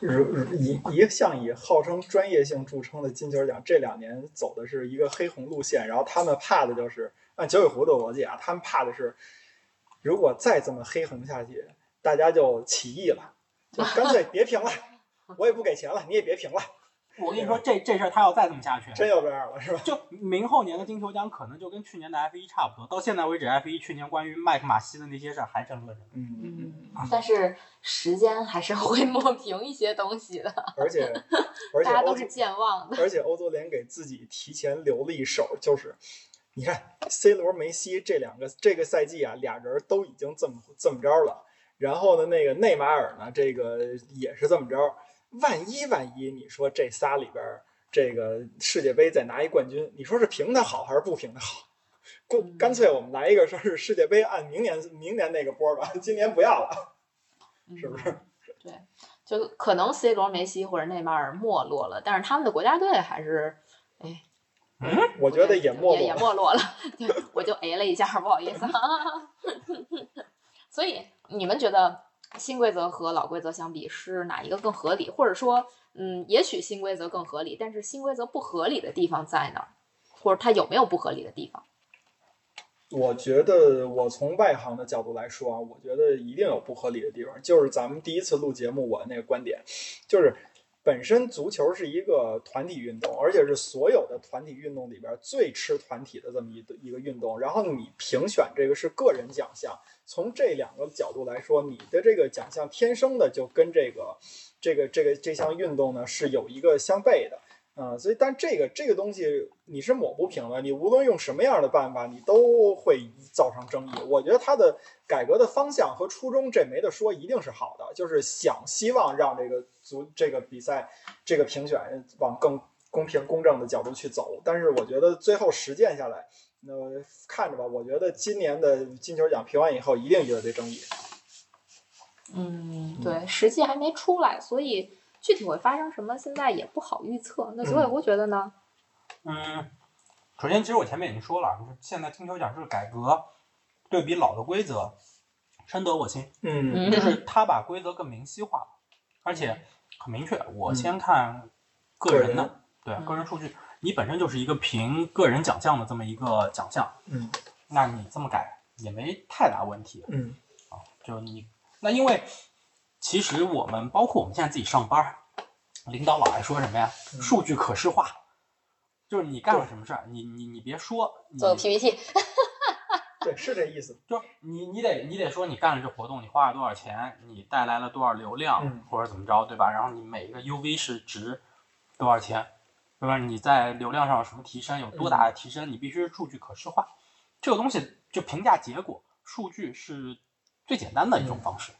[SPEAKER 1] 如如一一向以号称专业性著称的金球奖，这两年走的是一个黑红路线，然后他们怕的就是按九尾狐的逻辑啊，他们怕的是如果再这么黑红下去，大家就起义了，就干脆别评了，我也不给钱了，你也别评了，
[SPEAKER 2] 我跟你说，这这事儿他要再这么下去，
[SPEAKER 1] 真要这样了是吧？
[SPEAKER 2] 就明后年的金球奖可能就跟去年的 F 一差不多。到现在为止，F 一去年关于麦克马锡的那些事儿还争论着呢。
[SPEAKER 1] 嗯，
[SPEAKER 3] 嗯，但是时间还是 会抹平一些东西的，
[SPEAKER 1] 而 且而且
[SPEAKER 3] 大家
[SPEAKER 1] 欧
[SPEAKER 3] 都
[SPEAKER 1] 足
[SPEAKER 3] 是健忘 的。
[SPEAKER 1] 而且欧足联给自己提前留了一手，就是你看 C 罗、梅西这两个这个赛季啊，俩人都已经这么这么着了。然后呢，那个内马尔呢，这个也是这么着。万一万一，你说这仨里边儿，这个世界杯再拿一冠军，你说是评他好还是不评他好？过
[SPEAKER 3] 嗯
[SPEAKER 1] 干脆我们来一个，说是世界杯按明年明年那个波儿吧，今年不要了，是不
[SPEAKER 3] 嗯
[SPEAKER 1] 是？
[SPEAKER 3] 就可能 C 罗、梅西或者内马尔没落了，但是他们的国家队还是，哎，
[SPEAKER 1] 我觉得
[SPEAKER 3] 也
[SPEAKER 1] 也没落
[SPEAKER 3] 也
[SPEAKER 1] 了。
[SPEAKER 3] 没落了。 对，我就 A 了一下，不好意思。啊 所以你们觉得新规则和老规则相比是哪一个更合理？或者说，嗯，也许新规则更合理，但是新规则不合理的地方在哪儿？或者它有没有不合理的地方？
[SPEAKER 1] 我觉得，我从外行的角度来说啊，我觉得一定有不合理的地方。就是咱们第一次录节目，我那个观点，就是本身足球是一个团体运动，而且是所有的团体运动里边最吃团体的这么一个一个运动。然后你评选这个是个人奖项，从这两个角度来说，你的这个奖项天生的就跟这个这个这个这项运动呢是有一个相悖的。啊、所以但这个这个东西你是抹不平的，你无论用什么样的办法，你都会造成争议。我觉得它的改革的方向和初衷，这没得说，一定是好的，就是想希望让这个足这个比赛这个评选往更公平公正的角度去走。但是我觉得最后实践下来，那、看着吧，我觉得今年的金球奖评完以后，一定遇到这争议。
[SPEAKER 3] 嗯，对，实际还没出来，所以具体会发生什么，现在也不好预测。那九尾狐觉得呢？
[SPEAKER 2] 嗯，首先，其实我前面已经说了，就是现在金球奖这个改革对比老的规则，深得我心。
[SPEAKER 1] 嗯
[SPEAKER 2] 就是他把规则更明晰化了，而且很明确。我先看个人的，对
[SPEAKER 3] 嗯
[SPEAKER 2] 个人数据，你本身就是一个评个人奖项的这么一个奖项，
[SPEAKER 1] 嗯
[SPEAKER 2] 那你这么改也没太大问题。
[SPEAKER 1] 嗯
[SPEAKER 2] 啊就你那因为其实我们包括我们现在自己上班儿，领导老爱说什么呀？
[SPEAKER 1] 嗯
[SPEAKER 2] 数据可视化，就是你干了什么事儿，你你你别说，你
[SPEAKER 3] 做个 PPT，
[SPEAKER 1] 对，是这意思。
[SPEAKER 2] 就是你你得你得说你干了这活动，你花了多少钱，你带来了多少流量，
[SPEAKER 1] 嗯
[SPEAKER 2] 或者怎么着，对吧？然后你每一个 UV 是值多少钱，对吧？你在流量上有什么提升，有多大的
[SPEAKER 1] 嗯
[SPEAKER 2] 提升，你必须是数据可视化。这个东西就评价结果，数据是最简单的一种方式。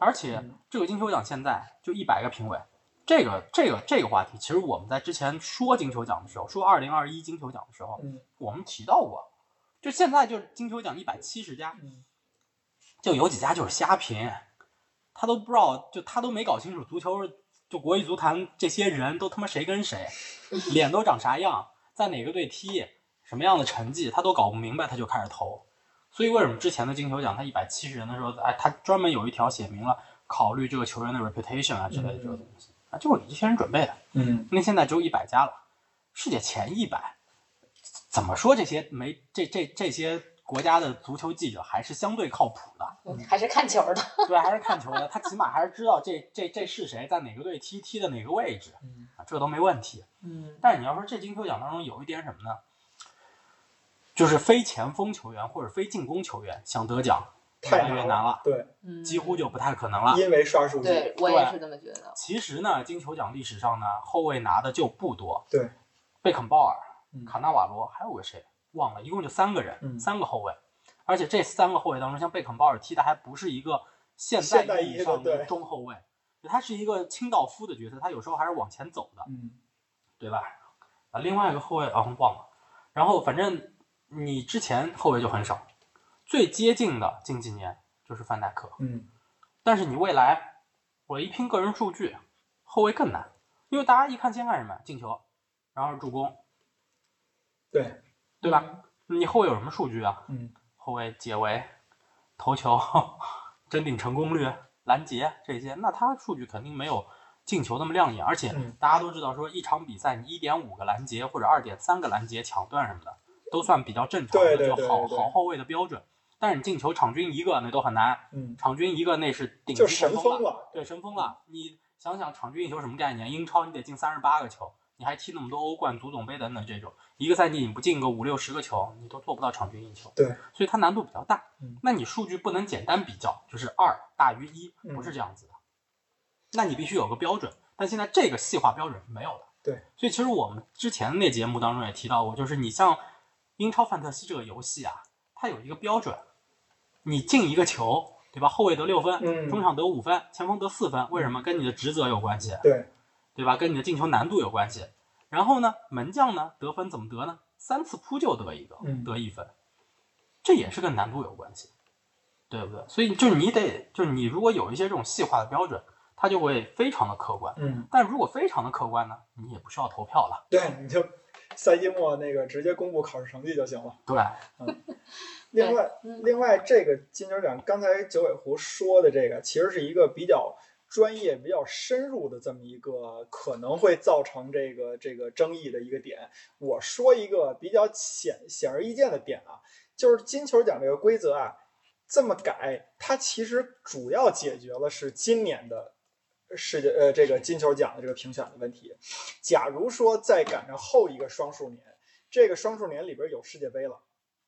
[SPEAKER 2] 而且
[SPEAKER 1] 嗯
[SPEAKER 2] 这个金球奖现在就一百个评委，这个这个这个话题，其实我们在之前说金球奖的时候，说二零二一金球奖的时候，
[SPEAKER 1] 嗯
[SPEAKER 2] 我们提到过。就现在就是金球奖一百七十家，
[SPEAKER 1] 嗯
[SPEAKER 2] 就有几家就是瞎评，他都不知道，就他都没搞清楚足球，就国际足坛这些人都他妈谁跟谁，脸都长啥样，在哪个队踢，什么样的成绩，他都搞不明白，他就开始投。所以为什么之前的金球奖他一百七十人的时候，哎，他专门有一条写明了考虑这个球员的 reputation 啊之类的这个东西啊，就是这些人准备的。
[SPEAKER 1] 嗯
[SPEAKER 2] 那现在只有一百家了，世界前一百，怎么说这些没这这这些国家的足球记者还是相对靠谱的。
[SPEAKER 3] 还是看球的。
[SPEAKER 2] 对，还是看球的，他起码还是知道这这这是谁，在哪个队踢，踢的哪个位置
[SPEAKER 1] 嗯
[SPEAKER 2] 啊，这个都没问题。
[SPEAKER 3] 嗯
[SPEAKER 2] 但是你要说这金球奖当中有一点什么呢？就是非前锋球员或者非进攻球员想得奖，越
[SPEAKER 1] 太
[SPEAKER 2] 来越难
[SPEAKER 1] 难
[SPEAKER 2] 了，嗯啊
[SPEAKER 1] 对，
[SPEAKER 3] 嗯，
[SPEAKER 2] 几乎就不太可能了。
[SPEAKER 1] 因为刷数据，
[SPEAKER 3] 对我也是这么觉得。
[SPEAKER 2] 其实呢，金球奖历史上呢，后卫拿的就不多。
[SPEAKER 1] 对，
[SPEAKER 2] 贝肯鲍尔、
[SPEAKER 1] 嗯
[SPEAKER 2] 卡纳瓦罗，还有个谁忘了，一共就三个人，
[SPEAKER 1] 嗯
[SPEAKER 2] 三个后卫。而且这三个后卫当中，像贝肯鲍尔踢的还不是一个现
[SPEAKER 1] 现代
[SPEAKER 2] 代
[SPEAKER 1] 意
[SPEAKER 2] 意
[SPEAKER 1] 义
[SPEAKER 2] 义
[SPEAKER 1] 的
[SPEAKER 2] 上
[SPEAKER 1] 对
[SPEAKER 2] 的中后卫，他是一个清道夫的角色，他有时候还是往前走的，
[SPEAKER 1] 嗯，
[SPEAKER 2] 对吧？啊，另外一个后卫啊忘了，然后反正你之前后卫就很少，最接近的近几年就是范戴克，
[SPEAKER 1] 嗯，
[SPEAKER 2] 但是你未来，我一拼个人数据，后卫更难，因为大家一看先看什么呀进球，然后是助攻，
[SPEAKER 1] 对，
[SPEAKER 2] 对吧？你后卫有什么数据啊？
[SPEAKER 1] 嗯，
[SPEAKER 2] 后卫解围、头球、 争顶成功率、拦截这些，那他数据肯定没有进球那么亮眼。而且
[SPEAKER 1] 嗯
[SPEAKER 2] 大家都知道，说一场比赛你一点五个拦截或者二点三个拦截抢断什么的，都算比较正常
[SPEAKER 1] 对
[SPEAKER 2] 的，
[SPEAKER 1] 对对
[SPEAKER 2] 就好
[SPEAKER 1] 对对
[SPEAKER 2] 好后卫的标准。但是你进球场均一个那都很难，
[SPEAKER 1] 嗯，
[SPEAKER 2] 场均一个那是顶级
[SPEAKER 1] 就神
[SPEAKER 2] 中锋
[SPEAKER 1] 风了，
[SPEAKER 2] 对，神锋了。你想想，场均一球什么概念？英超你得进三十八个球，你还踢那么多欧冠、足总杯等等这种，一个赛季你不进个五六十个球，你都做不到场均一球。
[SPEAKER 1] 对，
[SPEAKER 2] 所以它难度比较大。
[SPEAKER 1] 嗯
[SPEAKER 2] 那你数据不能简单比较，就是二大于一，不
[SPEAKER 1] 嗯
[SPEAKER 2] 是这样子的。那你必须有个标准，但现在这个细化标准是没有的。
[SPEAKER 1] 对，
[SPEAKER 2] 所以其实我们之前那节目当中也提到过，就是你像英超范特西这个游戏啊，它有一个标准，你进一个球，对吧？后卫得六分，
[SPEAKER 1] 嗯
[SPEAKER 2] 中场得五分，前锋得四分，为什么？跟你的职责有关系，
[SPEAKER 1] 对，
[SPEAKER 2] 对吧？跟你的进球难度有关系。然后呢，门将呢得分怎么得呢？三次扑救得一个，
[SPEAKER 1] 嗯
[SPEAKER 2] 得一分，这也是跟难度有关系，对不对？所以就是你得，就是你如果有一些这种细化的标准，它就会非常的客观。
[SPEAKER 1] 嗯，
[SPEAKER 2] 但如果非常的客观呢，你也不需要投票了。
[SPEAKER 1] 对，你就赛季末那个直接公布考试成绩就行了。
[SPEAKER 2] 对，
[SPEAKER 1] 另外，
[SPEAKER 3] 嗯
[SPEAKER 1] 另外这个金球奖，刚才九尾狐说的这个，其实是一个比较专业、比较深入的这么一个可能会造成这个这个争议的一个点。我说一个比较显显而易见的点啊，就是金球奖这个规则啊，这么改，它其实主要解决了是今年的。世界呃，这个金球奖的这个评选的问题，假如说再赶上后一个双数年，这个双数年里边有世界杯了。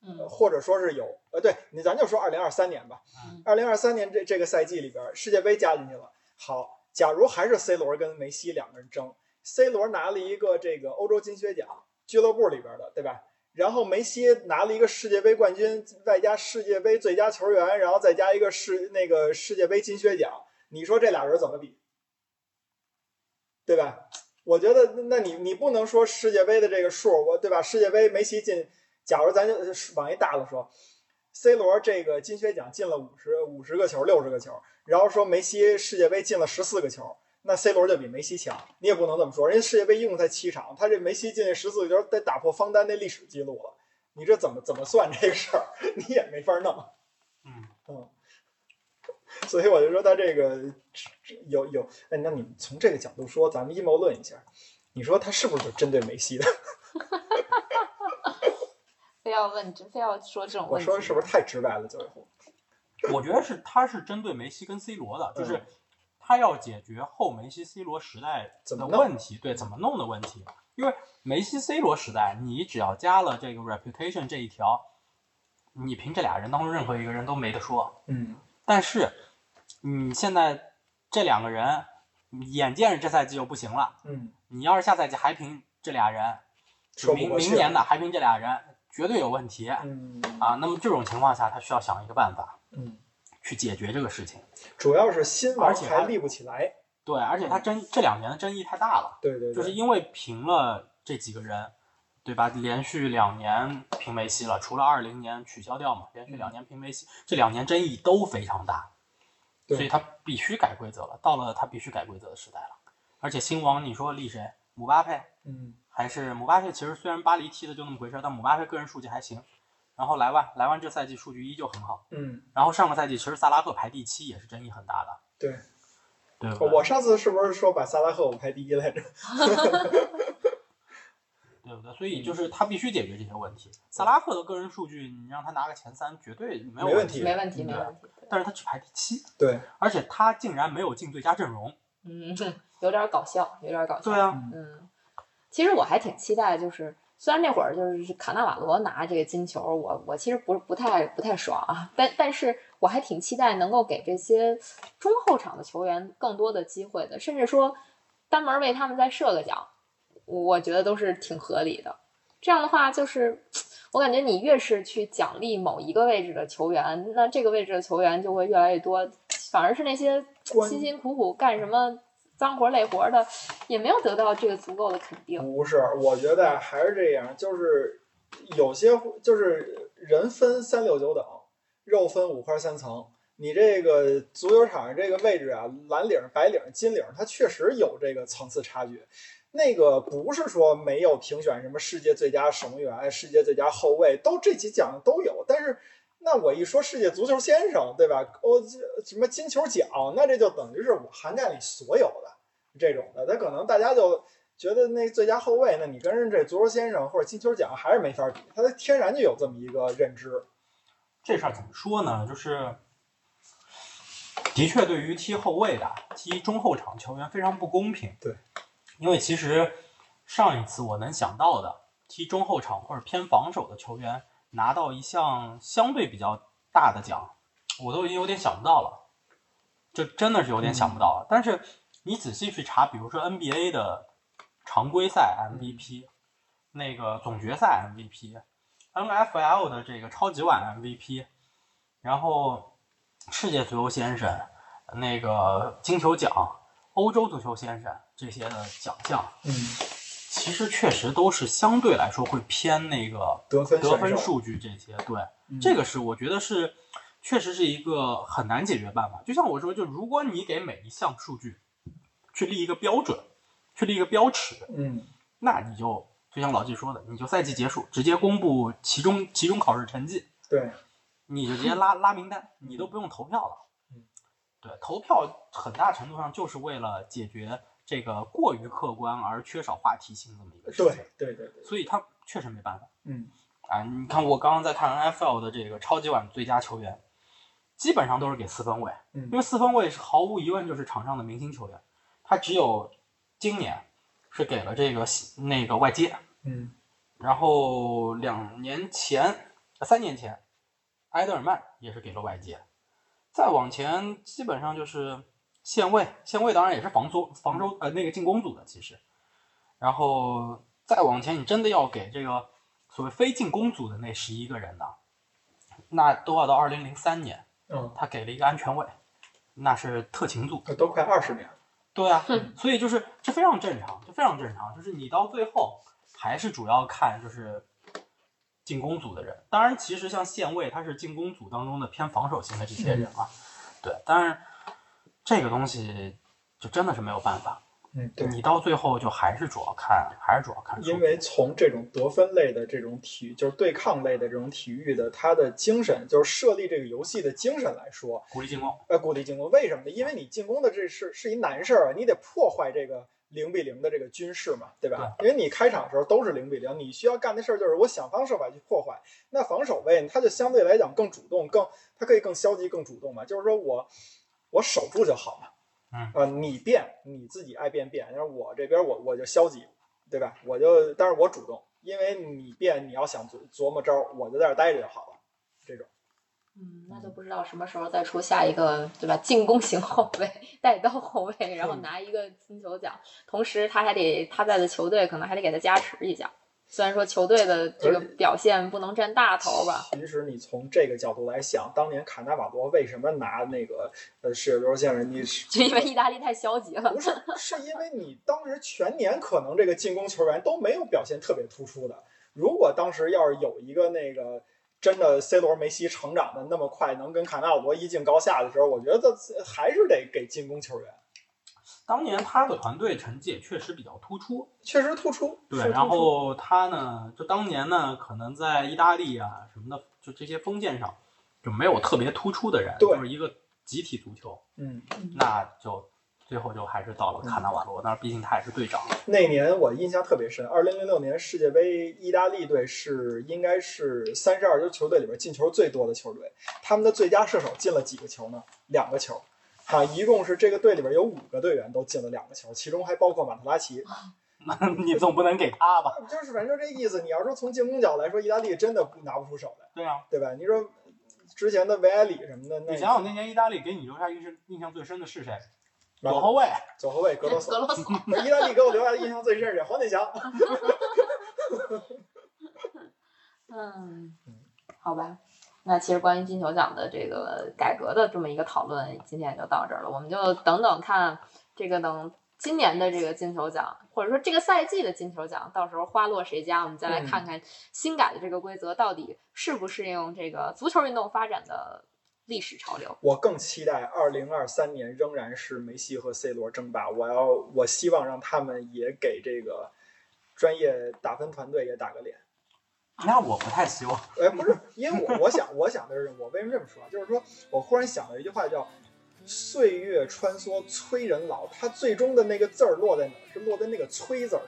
[SPEAKER 1] 呃
[SPEAKER 3] 嗯
[SPEAKER 1] 或者说是有，呃，对你咱就说二零二三年吧
[SPEAKER 3] 嗯，
[SPEAKER 1] 二零二三年这这个赛季里边，世界杯加进去了。好，假如还是 C 罗跟梅西两个人争，C 罗拿了一个这个欧洲金靴奖，俱乐部里边的，对吧？然后梅西拿了一个世界杯冠军，外加世界杯最佳球员，然后再加一个世那个世界杯金靴奖，你说这俩人怎么比？对吧？我觉得，那你你不能说世界杯的这个数，我对吧？世界杯梅西进假如咱就往一大了说，C 罗这个金靴奖进了五十五十个球，六十个球，然后说梅西世界杯进了十四个球，那 C 罗就比梅西强，你也不能这么说，人家世界杯一共才七场，他这梅西进十四个球，得打破方丹那历史记录了，你这怎么怎么算这个事儿， 你也没法弄。
[SPEAKER 2] 嗯，
[SPEAKER 1] 所以我就说他这个有有，哎，那你从这个角度说，咱们阴谋论一下，你说他是不是就针对梅西的？
[SPEAKER 3] 非要问，非要说这种
[SPEAKER 1] 我
[SPEAKER 3] 问题，
[SPEAKER 1] 说是不是太直白了，九尾狐？
[SPEAKER 2] 我觉得是他是针对梅西跟 C 罗的，
[SPEAKER 1] 嗯
[SPEAKER 2] 就是他要解决后梅西 C 罗时代
[SPEAKER 1] 怎么
[SPEAKER 2] 的
[SPEAKER 1] 弄
[SPEAKER 2] 问题，对，怎么弄的问题。因为梅西 C 罗时代，你只要加了这个 reputation 这一条，你凭这俩人当中任何一个人都没得说。
[SPEAKER 1] 嗯
[SPEAKER 2] 但是你现在这两个人，眼见着这赛季就不行了，
[SPEAKER 1] 嗯，
[SPEAKER 2] 你要是下赛季还凭这俩人，
[SPEAKER 1] 说不
[SPEAKER 2] 明
[SPEAKER 1] 过去
[SPEAKER 2] 明年的还凭这俩人，绝对有问题啊。
[SPEAKER 1] 嗯
[SPEAKER 2] 那么这种情况下，他需要想一个办法
[SPEAKER 1] 嗯。
[SPEAKER 2] 去解决这个事情。
[SPEAKER 1] 主要是新王
[SPEAKER 2] 而且
[SPEAKER 1] 还
[SPEAKER 2] 还
[SPEAKER 1] 立不起来。
[SPEAKER 2] 对，而且他争这两年的争议太大
[SPEAKER 1] 嗯
[SPEAKER 2] 了，
[SPEAKER 1] 对对对，
[SPEAKER 2] 就是因为平了这几个人，对吧？连续两年平梅西了，除了二零年取消掉嘛，连续两
[SPEAKER 1] 嗯
[SPEAKER 2] 年平梅西，这两年争议都非常大，
[SPEAKER 1] 对
[SPEAKER 2] 所以他必须改规则了，到了他必须改规则的时代了。而且新王，你说立谁？姆巴佩
[SPEAKER 1] 嗯
[SPEAKER 2] 还是姆巴佩？其实虽然巴黎踢的就那么回事儿，但姆巴佩个人数据还行。然后莱万，莱万这赛季数据依旧很好。
[SPEAKER 1] 嗯，
[SPEAKER 2] 然后上个赛季其实萨拉赫排第七也是争议很大的，
[SPEAKER 1] 对
[SPEAKER 2] 对不对？
[SPEAKER 1] 我上次是不是说把萨拉赫我排第一来着？
[SPEAKER 2] 对不对？所以就是他必须解决这些问题。萨拉赫的个人数据，你让他拿个前三绝对没有
[SPEAKER 1] 没问
[SPEAKER 2] 题，
[SPEAKER 1] 题
[SPEAKER 3] 没问题，没
[SPEAKER 2] 对
[SPEAKER 3] 问题。对
[SPEAKER 2] 但是他只排第七，
[SPEAKER 1] 对，
[SPEAKER 2] 而且他竟然没有进最佳阵容。
[SPEAKER 3] 嗯 嗯，有点搞笑，有点搞笑。
[SPEAKER 2] 对啊，
[SPEAKER 3] 嗯，其实我还挺期待，就是虽然那会儿就是卡纳瓦罗拿这个金球，我我其实不是不太不太爽啊，但但是我还挺期待能够给这些中后场的球员更多的机会的，甚至说单门为他们再设个奖，我觉得都是挺合理的。这样的话，就是我感觉你越是去奖励某一个位置的球员，那这个位置的球员就会越来越多，反而是那些
[SPEAKER 1] 关
[SPEAKER 3] 辛辛苦苦干什么脏活累活的，也没有得到这个足够的肯定。
[SPEAKER 1] 不是，我觉得还是这样，就是有些就是人分三六九等，肉分五花三层。你这个足球场上这个位置啊，蓝领、白领、金领，它确实有这个层次差距。那个不是说没有评选什么世界最佳守门员、世界最佳后卫，都这几奖都有。但是，那我一说世界足球先生，对吧？欧什么金球奖，那这就等于是我涵盖你所有的这种的。他可能大家就觉得那最佳后卫，那你跟人这足球先生或者金球奖还是没法比，他天然就有这么一个认知。
[SPEAKER 2] 这事儿怎么说呢？就是的确对于踢后卫的、踢中后场球员非常不公平。
[SPEAKER 1] 对，
[SPEAKER 2] 因为其实上一次我能想到的踢中后场或者偏防守的球员拿到一项相对比较大的奖，我都已经有点想不到了，就真的是有点想不到了。但是你仔细去查，比如说 NBA 的常规赛
[SPEAKER 1] 嗯
[SPEAKER 2] MVP，、那个总决赛 MVP。NFL 的这个超级碗 MVP，然后世界足球先生、那个金球奖、欧洲足球先生这些的奖项，
[SPEAKER 1] 嗯，
[SPEAKER 2] 其实确实都是相对来说会偏那个
[SPEAKER 1] 得分
[SPEAKER 2] 得分
[SPEAKER 1] 选手，
[SPEAKER 2] 数据这些。对，
[SPEAKER 1] 嗯
[SPEAKER 2] 这个是我觉得是确实是一个很难解决办法。就像我说，就如果你给每一项数据去立一个标准，去立一个标尺，
[SPEAKER 1] 嗯，
[SPEAKER 2] 那你就就像老季说的，你就赛季结束直接公布期中期中考试成绩，
[SPEAKER 1] 对，
[SPEAKER 2] 你就直接拉拉名单，你都不用投票了
[SPEAKER 1] 嗯。
[SPEAKER 2] 对，投票很大程度上就是为了解决这个过于客观而缺少话题性这么一个事
[SPEAKER 1] 对
[SPEAKER 2] 情，，
[SPEAKER 1] 对，对，对，
[SPEAKER 2] 所以他确实没办法
[SPEAKER 1] 嗯，
[SPEAKER 2] 啊。你看，我刚刚在看 NFL 的这个超级碗最佳球员，基本上都是给四分卫，
[SPEAKER 1] 嗯
[SPEAKER 2] 因为四分卫是毫无疑问就是场上的明星球员，他只有今年是给了这个那个外接，
[SPEAKER 1] 嗯，
[SPEAKER 2] 然后两年前、呃三年前，埃德尔曼也是给了外界。再往前，基本上就是线位，线位当然也是防守防守呃那个进攻组的其实。然后再往前，你真的要给这个所谓非进攻组的那十一个人呢，那都要到二零零三年，
[SPEAKER 1] 嗯，
[SPEAKER 2] 他给了一个安全位，那是特勤组。
[SPEAKER 1] 都快二十年了，
[SPEAKER 2] 对啊
[SPEAKER 3] 嗯，
[SPEAKER 2] 所以就是这非常正常，这非常正常，就是你到最后还是主要看就是进攻组的人。当然，其实像线卫他是进攻组当中的偏防守型的这些人啊，对，但是这个东西就真的是没有办法，
[SPEAKER 1] 嗯，对，
[SPEAKER 2] 你到最后就还是主要看，还是主要看数据。
[SPEAKER 1] 因为从这种得分类的这种体育，就是对抗类的这种体育的，它的精神，就是设立这个游戏的精神来说，
[SPEAKER 2] 鼓励进攻，
[SPEAKER 1] 呃，鼓励进攻，为什么呢？因为你进攻的这是是一难事儿啊，你得破坏这个零比零的这个军事嘛，对吧？因为你开场的时候都是零比零，你需要干的事儿就是我想方设法去破坏。那防守位他就相对来讲更主动，更他可以更消极、更主动嘛，就是说我我守住就好嘛。
[SPEAKER 2] 嗯
[SPEAKER 1] 呃，你变你自己爱变变，然后我这边我我就消极，对吧？我就但是我主动，因为你变你要想琢琢磨招儿，我就在这儿待着就好了。这种
[SPEAKER 3] 嗯，那就不知道什么时候再出下一个，对吧？进攻型后卫、带刀后卫，然后
[SPEAKER 1] 嗯
[SPEAKER 3] 拿一个金球奖，同时他还得他在的球队可能还得给他加持一下。虽然说球队的这个
[SPEAKER 1] 而
[SPEAKER 3] 表现不能占大头吧，
[SPEAKER 1] 其实你从这个角度来想，当年卡纳瓦罗为什么拿那个呃世界足球先生？你是
[SPEAKER 3] 就因为意大利太消极了
[SPEAKER 1] 不。是是因为你当时全年可能这个进攻球员都没有表现特别突出的。如果当时要是有一个那个真的 C 罗、梅西成长的那么快，能跟卡纳瓦罗一较高下的时候，我觉得还是得给进攻球员，
[SPEAKER 2] 当年他的团队成绩也确实比较突出，
[SPEAKER 1] 确实突出。
[SPEAKER 2] 对，
[SPEAKER 1] 是
[SPEAKER 2] 然
[SPEAKER 1] 突出
[SPEAKER 2] 后他呢，就当年呢，可能在意大利啊什么的，就这些锋线上就没有特别突出的人，
[SPEAKER 1] 对
[SPEAKER 2] 就是一个集体足球，
[SPEAKER 1] 嗯，
[SPEAKER 2] 那就最后就还是到了卡纳瓦罗，但是毕竟他也是队长，
[SPEAKER 1] 那年我印象特别深，二零零六年世界杯，意大利队是应该是三十二支球队里边进球最多的球队，他们的最佳射手进了几个球呢？两个球，哈、一共是这个队里边有五个队员都进了两个球，其中还包括马特拉齐。
[SPEAKER 2] 你总不能给他吧？
[SPEAKER 1] 啊就是反正就这意思。你要说从进攻角来说，意大利真的不拿不出手来，
[SPEAKER 2] 对啊，
[SPEAKER 1] 对吧？你说之前的维埃里什么的，那
[SPEAKER 2] 你想想那年意大利给你留下印象印象最深的是谁？左
[SPEAKER 1] 后
[SPEAKER 2] 后卫，
[SPEAKER 1] 左后卫格罗 索，
[SPEAKER 3] 格罗索，
[SPEAKER 1] 不是意大利给我留下的印象最深是谁黄健翔。
[SPEAKER 3] 嗯，好吧。那其实关于金球奖的这个改革的这么一个讨论，今天就到这儿了。我们就等等看这个等今年的这个金球奖，或者说这个赛季的金球奖，到时候花落谁家，我们再来
[SPEAKER 1] 嗯
[SPEAKER 3] 看看新改的这个规则到底适不适应这个足球运动发展的历史潮流。
[SPEAKER 1] 我更期待二零二三年仍然是梅西和 C 罗争霸。我要，我希望让他们也给这个专业打分团队也打个脸。
[SPEAKER 2] 那我不太希望。
[SPEAKER 1] 哎，不是，因为我我想我想的是什么，我为什么这么说啊？就是说我忽然想了一句话叫“岁月穿梭催人老”，它最终的那个字儿落在哪儿？是落在那个“催”字儿上。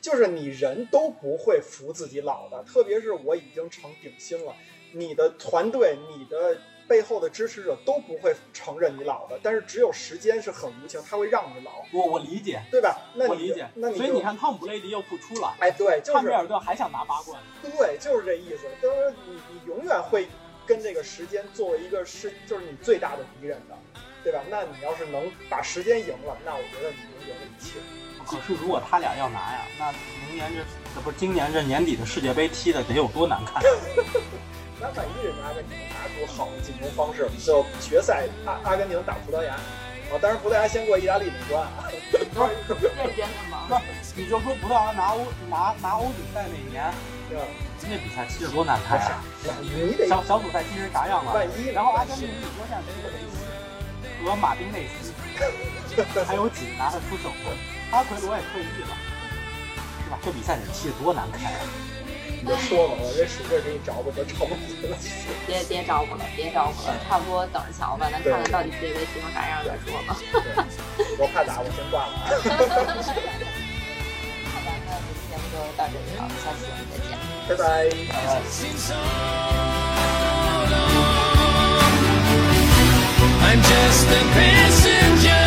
[SPEAKER 1] 就是你人都不会服自己老的，特别是我已经成顶薪了，你的团队、你的背后的支持者都不会承认你老的，但是只有时间是很无情，它会让你老，
[SPEAKER 2] 我我理解，
[SPEAKER 1] 对吧？那
[SPEAKER 2] 我
[SPEAKER 1] 你
[SPEAKER 2] 理解。
[SPEAKER 1] 那你
[SPEAKER 2] 所以
[SPEAKER 1] 就
[SPEAKER 2] 你看，汤姆布雷迪又复出了，
[SPEAKER 1] 哎，对，就
[SPEAKER 2] 汉
[SPEAKER 1] 是
[SPEAKER 2] 密尔顿还想拿八冠。
[SPEAKER 1] 对，就是这意思。就是说你你永远会跟这个时间作为一个是就是你最大的敌人的，对吧？那你要是能把时间赢了，那我觉得你就赢了一切。
[SPEAKER 2] 可是如果他俩要拿呀，那明年这不是今年这年底的世界杯踢的得有多难看？啊
[SPEAKER 1] 那万一人家阿根廷拿出好的进攻方式，最后决赛阿阿根廷打葡萄牙，啊，当然葡萄牙先过意大利那关啊。
[SPEAKER 3] 认真的吗？
[SPEAKER 2] 你就说葡萄牙拿欧拿拿欧锦赛那年，
[SPEAKER 1] 对吧
[SPEAKER 2] 那比赛踢得多难看呀、
[SPEAKER 1] 那你得
[SPEAKER 2] 小小组赛踢成啥样了？
[SPEAKER 1] 万一，
[SPEAKER 2] 然后阿根廷，你说现在踢的梅西和马丁内斯，还有几个拿得出手的？阿奎罗也退役了，是吧？这比赛得踢得多难看呀、
[SPEAKER 1] 你就说吧，我这鼠辈给你找吧，都找不回来。
[SPEAKER 3] 别别找我了，别找我了，差不多等着瞧吧，咱看看
[SPEAKER 1] 对
[SPEAKER 3] 到底世界杯踢成啥样再说吧。
[SPEAKER 1] 对我怕打，我先挂了啊。
[SPEAKER 3] 好吧，那这期节目就到这里了，下期我们再见。
[SPEAKER 1] 拜拜。
[SPEAKER 2] 呃
[SPEAKER 4] I'm just a passenger